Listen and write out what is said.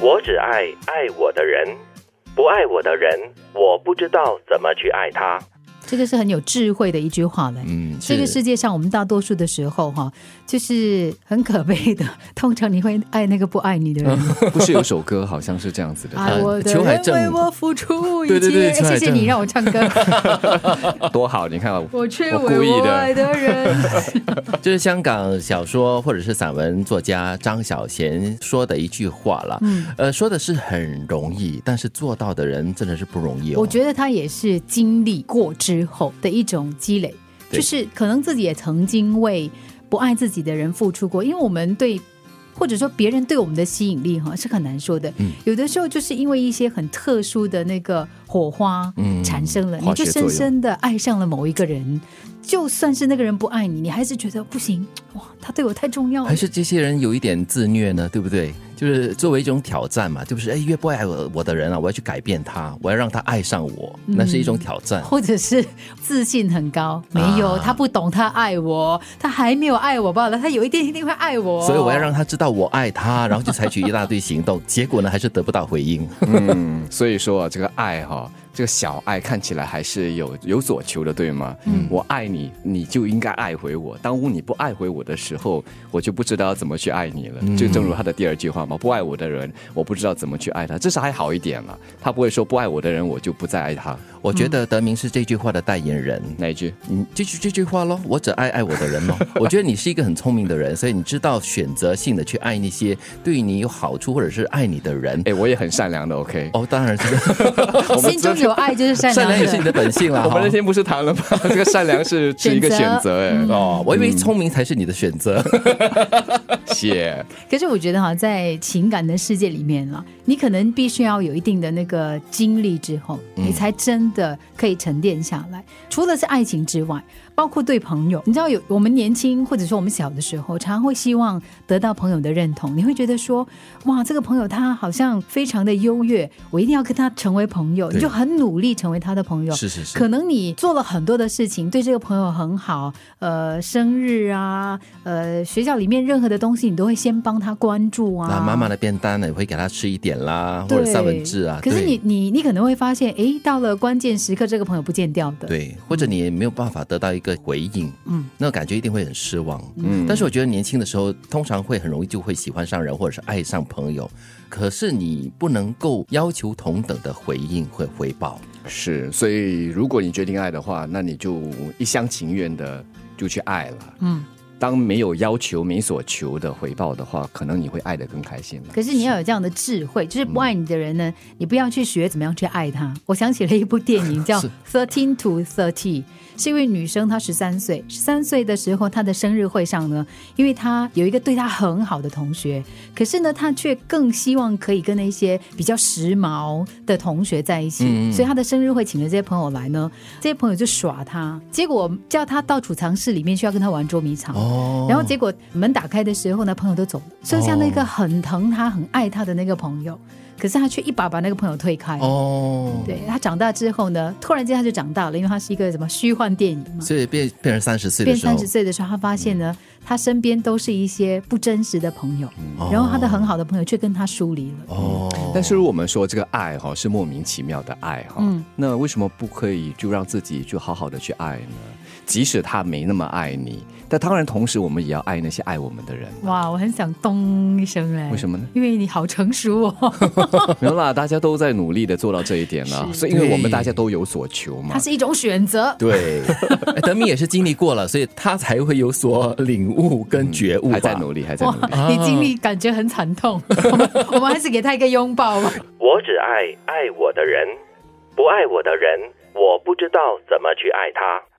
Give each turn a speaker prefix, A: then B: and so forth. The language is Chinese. A: 我只爱爱我的人，不爱我的人，我不知道怎么去爱他。
B: 这个是很有智慧的一句话嘞。
C: 嗯，
B: 这个
C: 是
B: 世界上，我们大多数的时候哈，就是很可悲的，通常你会爱那个不爱你的人。
C: 不是有首歌好像是这样子的？
B: 爱啊我的
D: 邱海
B: 人
D: 正
B: 为我付出一切，
C: 对对对邱海
B: 谢谢
C: 正
B: 你让我唱歌，
C: 多好，你看
B: 我却
C: 我故
B: 为
C: 意
B: 我
C: 的
B: 爱的人。
D: 啊这是香港小说或者是散文作家张小娴说的一句话了。
B: 嗯
D: 呃，说的是很容易，但是做到的人真的是不容易哦。
B: 我觉得他也是经历过之后的一种积累，
D: 对
B: 就是可能自己也曾经为不爱自己的人付出过，因为我们对。或者说别人对我们的吸引力哈是很难说的，
C: 嗯
B: 有的时候就是因为一些很特殊的那个火花
D: 嗯
B: 产生了，你
C: 化
B: 就
C: 学作
B: 深
C: 用
B: 深的爱上了某一个人，就算是那个人不爱你，你还是觉得不行，哇，他对我太重要了
D: 还，是这些人有一点自虐呢，对不对？就是作为一种挑战嘛，就是哎，越不爱我我的人啊，我要去改变他，我要让他爱上我，
B: 嗯
D: 那是一种挑战。
B: 或者是 自信很高，没有、
D: 啊
B: 他不懂他爱我，他还没有爱我罢了，他有一天一定会爱我，
D: 所以我要让他知道我爱他，然后就采取一大堆 行动，结果呢还是得不到回应。
C: 所以说啊，这个爱哈、这个小爱看起来还是有有所求的，对吗？嗯，我爱你，你就应该爱回我。当你不爱回我的时候，我就不知道怎么去爱你了。就正如他的第二句话嘛，不爱我的人，我不知道怎么去爱他。至少还好一点了，他不会说不爱我的人，我就不再爱他。
D: 我觉得德明是这句话的代言人。
C: 哪一句？
D: 嗯，这句这句话咯，我只爱爱我的人 咯。我觉得你是一个很聪明的人，所以你知道选择性的去爱那些对你有好处或者是爱你的人。
C: 哎，我也很善良的，OK。
D: 哦，当然是
B: 心中有爱就是善
D: 善
B: 良
D: 良也是你
B: 的。
D: 的本性 啦。
C: 我们
D: 哈
C: 那天不是谈了吗？这个善良是是一个选择，哎，
D: 哦，我以为聪明才是你的选择。
C: 谢。
B: 可是我觉得哈，在情感的世界里面啊，你可能必须要有一定的那个经历之后，你才真的可以沉淀下来。除了是爱情之外，包括对朋友，你知道有我们年轻或者说我们小的时候，常常会希望得到朋友的认同，你会觉得说，哇，这个朋友他好像非常的优越，我一定要跟他成为朋友，
D: 对
B: 你就很努力成为他的朋友。
D: 是是是
B: 可能你做了很多的事情，对这个朋友很好，呃，生日啊，呃，学校里面任何的东西，你都会先帮他关注啊。
D: 那妈妈的便当呢，也会给他吃一点啦，或
B: 对
D: 者三文治啊。
B: 可是
D: 对
B: 你你你可能会发现，诶，到了关键时刻，这个朋友不见掉的。，
D: 对，或者你也没有办法得到一个回应，
B: 嗯
D: 嗯，那种感觉一定会很失望，嗯。但是我觉得年轻的时候，通常会很容易就会喜欢上人，或者是爱上朋友。可是你不能够要求同等的回应和回报，
C: 是，所以如果你决定爱的话，那你就一厢情愿的就去爱了。
B: 嗯。
C: 当没有要求、没所求的回报的话，可能你会爱得更开心了。
B: 可是你要有这样的智慧，就是不爱你的人呢，你不要去学怎么样去爱他。我想起了一部电影叫《Thirteen to Thirty》，是一位女生，她十三岁，十三岁的时候，她的生日会上呢，因为她有一个对她很好的同学，可是呢，她却更希望可以跟那些比较时髦的同学在一起，所以她的生日会请了这些朋友来呢，这些朋友就耍她，结果叫她到储藏室里面去要跟她玩捉迷藏。
D: 哦
B: 然后结果门打开的时候呢，朋友都走了，剩下那个很疼他、很爱他的那个朋友，可是他却一把把那个朋友推开。
D: 哦，
B: 对他长大之后呢，突然间他就长大了，因为他是一个什么虚幻电影嘛。
D: 所以变变成三十岁的
B: 变
D: 时候
B: 三十，岁的时候，他发现呢，他身边都是一些不真实的朋友，然后他的很好的朋友却跟他疏离了。
D: 哦，
C: 但是如果我们说这个爱哈是莫名其妙的爱哈，
B: 嗯
C: 那为什么不可以就让自己就好好的去爱呢？即使他没那么爱你，但当然同时我们也要爱那些爱我们 的人。
B: 哇，我很想咚一声哎，
C: 为什么呢？
B: 因为你好成熟哦，
C: 没有啦，大家都在努力的做到这一点了，所以因为我们大家都有所求嘛
B: 它。是一种选 择。
D: 对，哎德明也是经历过了，所以他才会有所领悟跟 觉悟吧，
C: 还在努力，还在努
B: 哇
C: 力。，
B: 你经历感觉很惨痛，我们 我们还是给他一个拥抱吧。
A: 我只爱爱我的人，不爱我的人，我不知道怎么去爱他。